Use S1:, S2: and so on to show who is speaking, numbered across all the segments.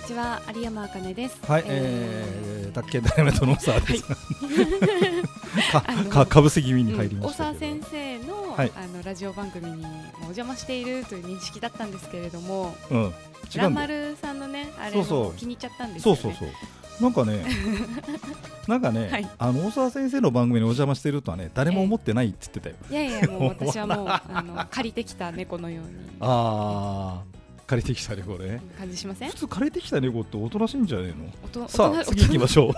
S1: ちは有山あかねです。
S2: はい、えー、宅建ダイヤメントの大沢です。かかかぶせ気味に入り
S1: うん
S2: ま
S1: 大
S2: した
S1: 沢
S2: けど。
S1: 先生の、
S2: はい
S1: あのラジオ番組にお邪魔しているという認識だったんですけれども、
S2: うん、違
S1: ラ
S2: うんだ
S1: マ
S2: よ。
S1: ルさんのねあれ
S2: そうそう
S1: も気に入っちゃったんです
S2: そ
S1: よ
S2: う
S1: ね。
S2: そうそう。なん かね、なんかね、
S1: はい
S2: あの大沢先生の番組にお邪魔してるとはね、誰も思ってないって言ってたよ。
S1: いやい やもう私はもうあの借りてきた猫のように
S2: ああ、借りてきた猫ね。
S1: 感じしません
S2: 普？通借りてきた猫っておとなしいんじゃねえの？
S1: おと
S2: さ
S1: 大
S2: あ
S1: 人
S2: 次行きましょう。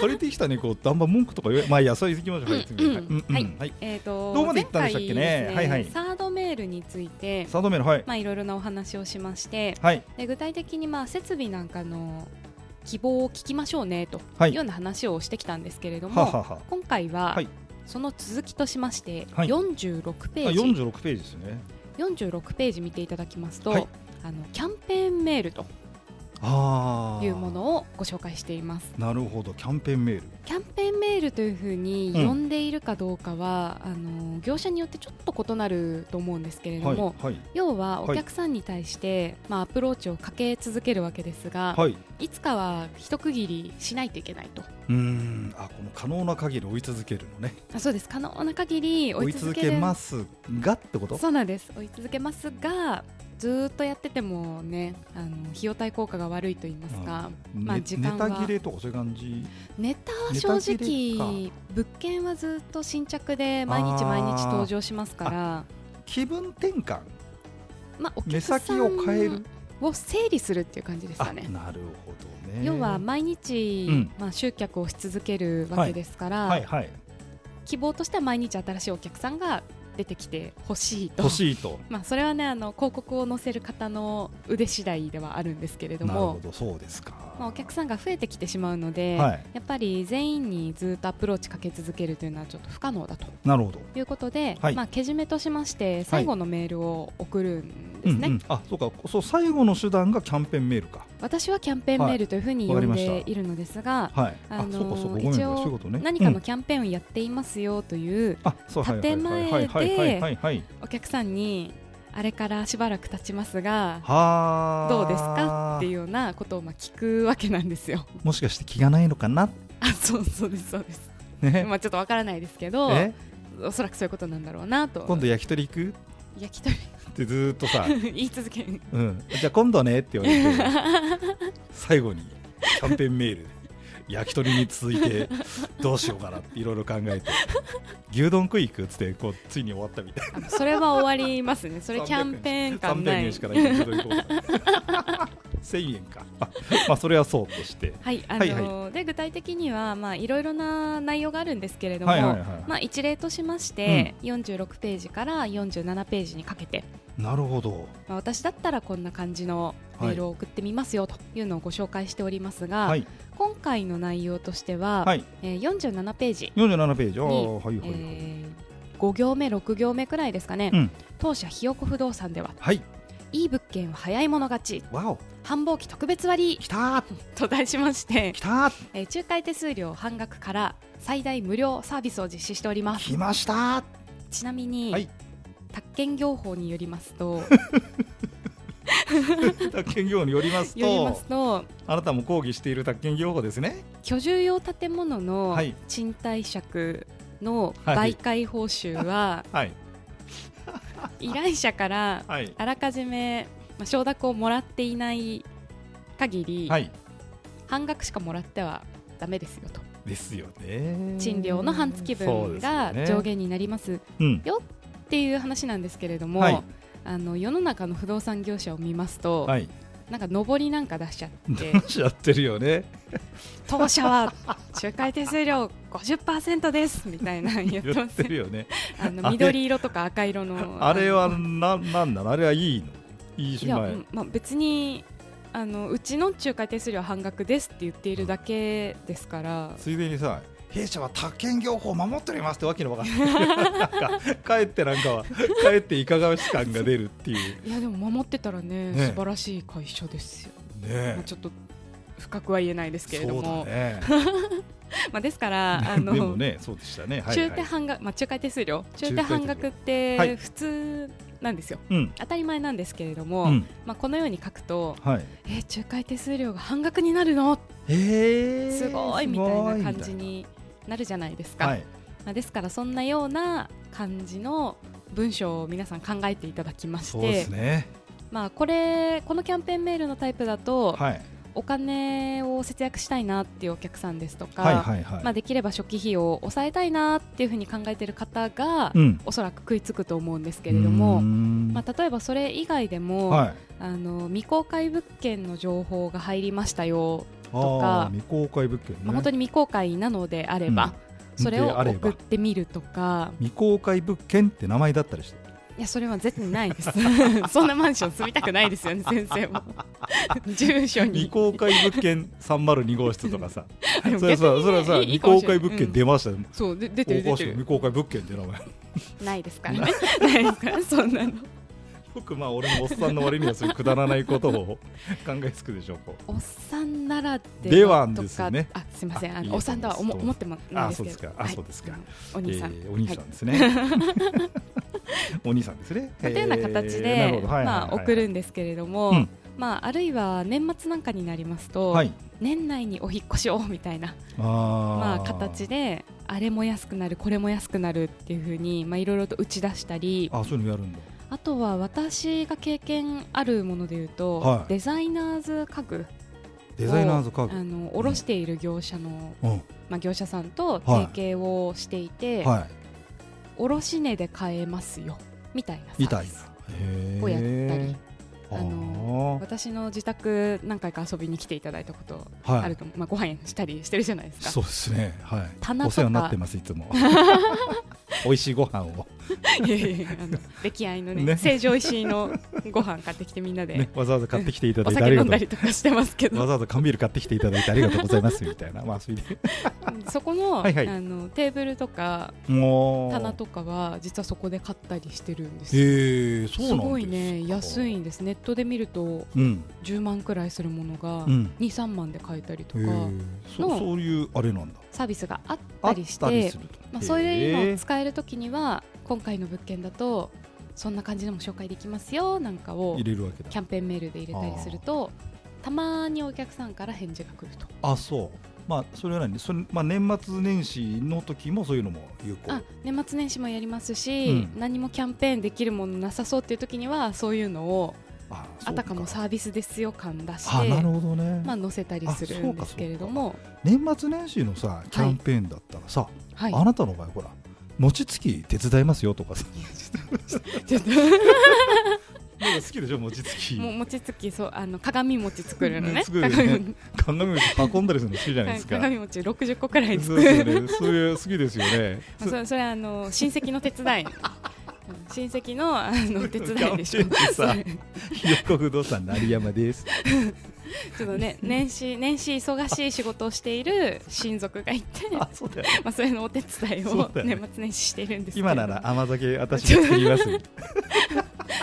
S2: 借りてきた猫ってあんま文句とか言え、まあいいや、それ行きましょう。はい次はいうんうん
S1: はい
S2: はい。
S1: えーと
S2: どこまで行ったんでしたっけね
S1: 前回です
S2: はいはい
S1: サードメールについて
S2: サードメールはい
S1: まあいろいろなお話をしまして
S2: はい
S1: で具体的にまあ設備なんかの希望を聞きましょうねと
S2: はいいう
S1: ような話をしてきたんですけれども、
S2: ははは。
S1: 今回は、
S2: はい
S1: その続きとしまして、
S2: はい
S1: 46ペ
S2: あ
S1: ージ
S2: 四十六ページですね。
S1: 46ページ見ていただきますと、
S2: はい
S1: あのキャンペーンメールと
S2: ああ。
S1: いうも。のをご紹介しています。
S2: なるほど、キャンペーンメール。
S1: キャンペーンメールというふうに
S2: うん
S1: 呼んでいるかどうかは、あの業者によってちょっと異なると思うんですけれど
S2: はい
S1: も、
S2: はい
S1: 要はお客さんに対して、まあ、アプローチをかけ続けるわけですが、
S2: はい。
S1: い、つかは一区切りしないといけないと
S2: うーん、あこの可能な限り追い続けるのね。
S1: あそうです可能な限り追
S2: 追
S1: い
S2: い続
S1: 続
S2: け
S1: ける
S2: ますがってこと？
S1: そうなんです追い続けますがずーっとやっててもねあの費用対効果が悪いと言いますか、
S2: ね
S1: まあ時間は
S2: ネタ切れとかそういう感じ。
S1: ネタは正
S2: ネタ切
S1: 直物件はずっと新着で毎日
S2: あー
S1: 毎日登場しますから
S2: 気分転換、
S1: まあ、お
S2: 目
S1: 客さ
S2: 先を変える
S1: ん。を整理するっていう感じですかね。
S2: なるほどね。
S1: 要は毎日、
S2: うん
S1: まあ、集客をし続けるわけですから、
S2: はいはい
S1: 希望としては毎日新しいお客さんが出てきてほしいと
S2: 欲しいと。
S1: まあ、それはねあの広告を載せる方の腕次第ではあるんですけれど
S2: なる
S1: も
S2: ほどそうですか。
S1: まあ、お客さんが増えてきてしまうので、
S2: はい
S1: やっぱり全員にずっとアプローチかけ続けるというのはちょっと不可能だと
S2: なるほど。
S1: いうことで、
S2: はい
S1: まあ、けじめとしまして最後のメールを送るんですね、
S2: うんうん、あそうかそう最後の手段がキャンペーンメールか。
S1: 私はキャンペーンメールというふうに
S2: はい
S1: 呼ん
S2: わかりま
S1: で
S2: した
S1: いるのですが、
S2: はい。
S1: あのー
S2: あそうかそうかごめん
S1: 一
S2: ご
S1: 応
S2: めん仕事ね。
S1: 何か
S2: う
S1: の
S2: ん
S1: キャンペーンをやっていますよという
S2: あそうはいはい
S1: 建前で
S2: はいはいはいはいはい。
S1: お客さんにあれからしばらく経ちますが
S2: はあ。
S1: どうですかっていうようなことをまあ聞くわけなんですよ。
S2: もしかして気がないのかな
S1: あそうそうですそうです
S2: ね。
S1: まあちょっとわからないですけど
S2: え
S1: おそらくそういうことなんだろうなと
S2: 今度焼き鳥行く
S1: 焼き鳥
S2: ってずーっとさ、
S1: 言い続ける
S2: うん、じゃあ今度ねって言わ れて最後にキャンペーンメール焼き鳥に続いてどうしようかなっていろいろ考えて牛丼食い行くっつってこうついに終わったみたい
S1: あのそれは終わります ねそれ
S2: 300
S1: キャンペーン
S2: な
S1: 感な
S2: 300
S1: い
S2: 円しかない牛丼行こう1000 円かあまあそれはそうとして
S1: はいあの
S2: はい
S1: で具体的にはまあいろいろな内容があるんですけれども、
S2: はいはいはい
S1: まあ、一例としまして、46ページから47ページにかけて、
S2: なるほど
S1: まあ、私だったらこんな感じのメールを送ってみますよというのをご紹介しておりますが、
S2: はい
S1: 今回の内容としては、
S2: はい
S1: えー47ページ
S2: 47ページあ
S1: に
S2: ーはいはいはい、
S1: えー5行目、6行目くらいですかね、
S2: うん
S1: 当社ひよこ不動産では、
S2: はい
S1: いい物件は早い者勝ち、
S2: わお
S1: 繁忙期特別割
S2: きたー
S1: と題しまして
S2: き、たー
S1: えー仲介手数料半額から最大無料サービスを実施しております
S2: 来。ました ー
S1: ちなみに、
S2: はい
S1: 宅建業法によります と、
S2: 宅建業によりますと
S1: よりますと、
S2: あなたも抗議している宅建業法ですね
S1: 居住用建物の
S2: はい
S1: 賃貸借の
S2: はい
S1: 媒介報酬 は、
S2: はい
S1: 依頼者から
S2: はい
S1: あらかじめまあ承諾をもらっていない限り、
S2: はい
S1: 半額しかもらってはダメですよと
S2: ですよね
S1: 賃料の半月分が上、限になります
S2: そうですよね
S1: っていう話なんですけれど
S2: うん
S1: も、
S2: はい
S1: あの世の中の不動産業者を見ますと、
S2: はい
S1: なんか上りなんか出しちゃって
S2: やってるよね
S1: 当社は仲介手数料50%ですみたい なの言って
S2: や
S1: ま
S2: っ
S1: す
S2: てる
S1: よ
S2: よね
S1: あの緑色とか赤色の
S2: あれはななんなのあれはいいのいい
S1: い
S2: し
S1: や、
S2: ま
S1: う
S2: い
S1: んまあ、別にあのうちの仲介手数料半額ですって言っているだけですから、
S2: ついでにさ弊社は宅建業法を守っておりますってわけのわかんないかえってなんかはかえっていかがわし感が出るっていう
S1: いやでも守ってたらね
S2: ね
S1: 素晴らしい会社ですよ、まあ、
S2: ね
S1: ちょっと深くは言えないですけれど
S2: そうだ
S1: も、
S2: ね
S1: まあ、です から、あ
S2: で
S1: の
S2: もねそうでしたねはいはい
S1: 中手半額、まあ、仲介手数料、中手半額っ
S2: は
S1: て
S2: い
S1: 普通なんですよ
S2: うん
S1: 当たり前なんですけれども、
S2: うん
S1: まあ、このように書くと
S2: はい
S1: えー仲介手数料が半額になるの
S2: へえ
S1: すごいみたいな感じになるじゃないですか、
S2: はい
S1: まあ、ですからそんなような感じの文章を皆さん考えていただきまし
S2: そうで
S1: て、
S2: すね
S1: まあ、これこのキャンペーンメールのタイプだと、
S2: はい
S1: お金を節約したいなっていうお客さんですとか、
S2: はいはいはい、
S1: まあ、できれば初期費用を抑えたいなっていうふうに考えている方が、
S2: うん
S1: おそらく食いつくと思うんですけれども、ま
S2: ま
S1: あ、例えばそれ以外でも、
S2: はい
S1: あの未公開物件の情報が入りましたよ、とか
S2: あー未公開物件ね
S1: まあ、本当に未公開なのであれば、
S2: うん
S1: それを
S2: であれば
S1: 送ってみるとか
S2: 未公開物件って名前だった りして
S1: いやそれは絶対ないです そんなマンション住みたくないですよね先生も住所
S2: 未
S1: に
S2: 公開物件302号室とか さそ
S1: でも逆
S2: れ
S1: に
S2: さ
S1: ね
S2: それさ
S1: い
S2: 未
S1: いかも
S2: 公
S1: しれない
S2: 開物件出ましたよ
S1: そうで出てる
S2: 大
S1: 出
S2: 川
S1: て
S2: 市の
S1: る
S2: 未公開物件って名前
S1: ないですからね ないですからそんなの
S2: よくまあ俺のおっさんの割にはそういうくだらないことを 考えつくでしょうこう
S1: おっさんならで
S2: で
S1: は
S2: は
S1: とか
S2: ですよね
S1: あすみません
S2: あ
S1: あ
S2: いい
S1: の
S2: と
S1: おっさんとは思
S2: 思い
S1: 思
S2: ま
S1: ってもないですけど
S2: あそうですかあ
S1: はいあ
S2: そうですか
S1: のお
S2: え
S1: 兄さん、
S2: ーお兄さ
S1: は
S2: ん
S1: い
S2: ですね お兄さんですね
S1: まあというような形
S2: えーなる
S1: で
S2: ほ、どはいはいはい
S1: まあ、送るんですけれども、
S2: うん
S1: まあ、あるいは年末なんかになりますと、
S2: はい
S1: 年内にお引っ越しをみたいな
S2: あー
S1: まあ、形であれも安くなるこれも安くなるっていうふうにまあいろいろと打ち出したりあ
S2: あそういうのやるんだ
S1: とは私が経験あるものでいうと、
S2: はい
S1: デザイナーズ家具
S2: デザイナーズ家具
S1: あの卸している業者の、
S2: うん
S1: まあ、業者さんと
S2: はい
S1: 提携をしていて、
S2: はい
S1: 卸値で買えますよみたいなサービス
S2: みたいなへー
S1: をやったり
S2: あ
S1: あの私の自宅何回か遊びに来ていただいたこと
S2: ーはい
S1: あると思う、まあ、ご飯したりしてるじゃないですか
S2: そうですね。はい。
S1: 棚とか
S2: お世話になってますい つも。美味しいご飯を
S1: いやいやいやあの出来合いのね
S2: ね
S1: 成城石井のご飯買ってきてみんなで、
S2: ねわざわざ買ってきていただ
S1: お
S2: いてあ
S1: 酒
S2: り
S1: 飲
S2: が
S1: んだ
S2: と
S1: り
S2: う。
S1: とかしてますけ
S2: わ
S1: ど
S2: ざわざ缶ビール買ってきていただいてありがとうございますみたいな。まあそれで
S1: そこの,、
S2: はいはい
S1: あのテーブルとか
S2: もう
S1: 棚とかは実はそこで買ったりしてるんですよ
S2: へえそうなんですすか
S1: ごいね安いん。ですネットで見ると
S2: うん
S1: 10万くらいするものが
S2: うん。
S1: 23万で買えたりと
S2: へ
S1: か
S2: えそ
S1: の
S2: そういうあれなんだ。
S1: サービスがあっ
S2: あ
S1: た
S2: っ
S1: りして
S2: たりすると。
S1: まあ、そういうの
S2: へ
S1: を
S2: ー
S1: 使えるときには今回の物件だとそんな感じでも紹介できますよなんかを
S2: 入れるわけ
S1: キャ
S2: だ。
S1: ンペーンメールで入れたりするとたまにお客さんから返事が来ると
S2: あそう。まあそれは何？それまあ年末年始の時もそういうのも有効。
S1: あ年末年始もやりますし、
S2: うん
S1: 何もキャンペーンできるものなさそうっていう時にはそういうのを
S2: あそ
S1: あ
S2: う
S1: たかもサービスですよ感出し
S2: あな
S1: て
S2: るほどね。
S1: まあ、載せたりするんですけれども
S2: 年末年始のさキャンペーンだったらさ、
S1: はい
S2: あなたの場合ほら餅つき手伝いますよと かさ
S1: ちょっと
S2: なんか好きでしょ餅つき
S1: もう餅つきそうあの鏡餅作るのね
S2: 作るよね
S1: 鏡 餅
S2: 鏡餅運んだりするの好きじゃない
S1: は
S2: で
S1: い
S2: すか、
S1: 鏡餅60個くらい
S2: そ
S1: 作
S2: うですよ
S1: る
S2: ねそういう好きですよね
S1: まあそれそれあの親戚の手 伝いうん親戚のあの手伝いでしょ
S2: キャンペーンでさ
S1: それ
S2: 横不動産成山です
S1: ちょっとね、年始、年始忙しい仕事をしている親族がいて、ま
S2: あそうだよね
S1: あ、それのお手伝い
S2: そう
S1: を
S2: だよね
S1: 年末年始しているんですけど。
S2: 今なら。甘酒私が作ります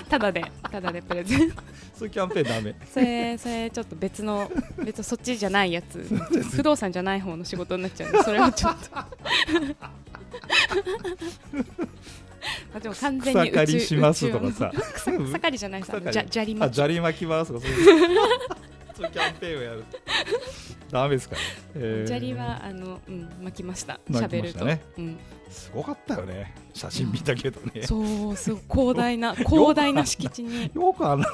S1: ただで、ただでプレゼント。
S2: そういうキャンペーンダメ
S1: それ、それ、ちょっと別の、別のそっちじゃないやつ。不動産じゃない方の仕事になっちゃうんで、それはちょっと。まあ、でも完全に
S2: 草刈りします とかさ
S1: 草草刈りじゃないさ
S2: 草刈り
S1: じゃ砂利
S2: あ
S1: 巻き
S2: 砂利巻きますとかそういうそういうキャンペーンをやるとダメです から、えー
S1: 砂利はあの、うん、巻きました
S2: 巻き
S1: 喋
S2: ま
S1: る
S2: した
S1: と、
S2: ね
S1: うん、
S2: すごかったよね写真見たけどね
S1: そうそう広大 な広大な敷地に
S2: よくあの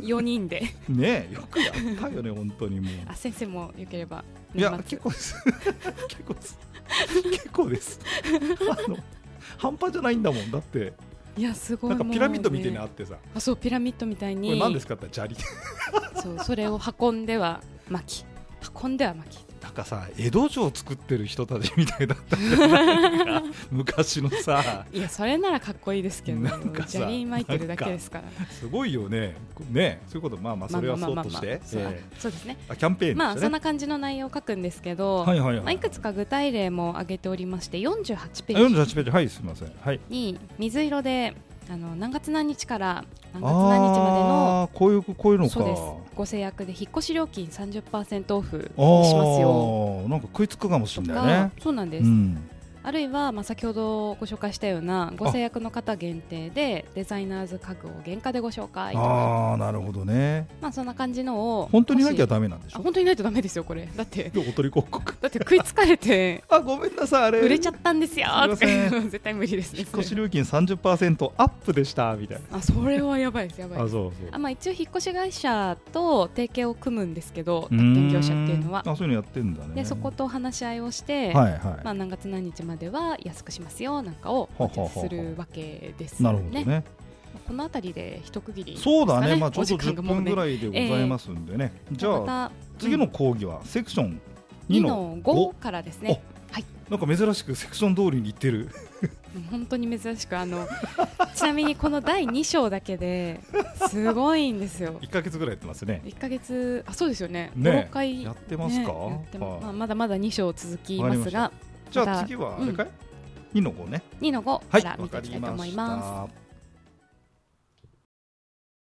S1: 4人で
S2: ねえよくやったよね本当にもう
S1: あ先生もよければ
S2: いや
S1: 年末
S2: 結構です 結構です結構ですあの半端じゃないんだもんだって
S1: いやすごい
S2: なんかピラミッドみたいな
S1: も
S2: の
S1: う
S2: あ
S1: ね
S2: ってさ、
S1: あそうピラミッドみたい
S2: これ
S1: に
S2: 何ですかって言ったら砂利
S1: そうそれを運んでは巻き運んでは巻き
S2: なんかさ江戸城作ってる人たちみたいだったじゃないか昔のさ
S1: いやそれならかっこいいですけど
S2: なんかさ
S1: 砂利巻いてるだけですから
S2: すごいよねこねそういうことまあまあそれはそうとしてえ
S1: そう
S2: え
S1: そうですね
S2: あキャンペーン
S1: まあそ
S2: です
S1: ん
S2: ね
S1: な感じの内容を書くんですけど、
S2: はいはい
S1: ま
S2: は
S1: あ、
S2: い
S1: いくつか具体例も挙げておりまして48ページ
S2: 48ページはいすみませんはい
S1: に水色であの何月何日から何月何日までの
S2: あーこういうこういうのか
S1: そうですご制約で引っ越し料金30%オフにしますよ
S2: あーなんか食いつくかもしれないね
S1: そうなんです、
S2: うん
S1: あるいは、まあ、先ほどご紹介したようなご制約の方限定でデザイナーズ家具を原価でご紹介とか
S2: ああなるほどね
S1: まあ、そんな感じのを
S2: 本当になきゃ
S1: もし
S2: ダメなんでし
S1: あ
S2: ょ
S1: 本当にないとダメですよこれだって
S2: おとり広告
S1: だって食いつかれて
S2: あごめんなさいあれ
S1: 売れちゃったんですよ
S2: すい
S1: と
S2: ま
S1: か
S2: せん
S1: 言う の絶対無理ですね
S2: 引っ越し料金30%アップでしたみたい
S1: あそれはやばいですやばい
S2: な
S1: で
S2: あ
S1: す
S2: そうそう
S1: あまあ、一応引っ越し会社と提携を組むんですけど
S2: う
S1: 宅
S2: ーん
S1: 建業者っていうのは
S2: あそういうのやってんだね
S1: でそこと話し合いをして、
S2: はいはい、
S1: まあ、何月何日までは安くしますよなんかをお
S2: は
S1: 打
S2: はは
S1: ちするわけです
S2: なるほどね
S1: まあこの辺りで一区切りですか
S2: そうだねまあちょうど
S1: お時間
S2: 10
S1: がもう
S2: 分
S1: ね
S2: ぐらいでございますんでね、じゃあ、
S1: また
S2: 次の講義はセクション2
S1: 2
S2: の
S1: の
S2: 5
S1: 5からですね
S2: なんか珍しくセクション通りにいってる
S1: もう本当に珍しくあの ちなみにこの第2章だけですごいんですよ
S2: 1か月ぐらいやってますね
S1: 1か月あそうですよね
S2: ね
S1: 5回
S2: やってますか、
S1: ねやってま
S2: はい
S1: まあ、まだまだ2章続きますが
S2: じゃあ次はあれかい、2の5ね
S1: 2の5
S2: は
S1: か
S2: い
S1: ら
S2: わ
S1: 見て
S2: か
S1: いきた
S2: り
S1: いと
S2: ま
S1: 思い
S2: し
S1: ます。
S2: た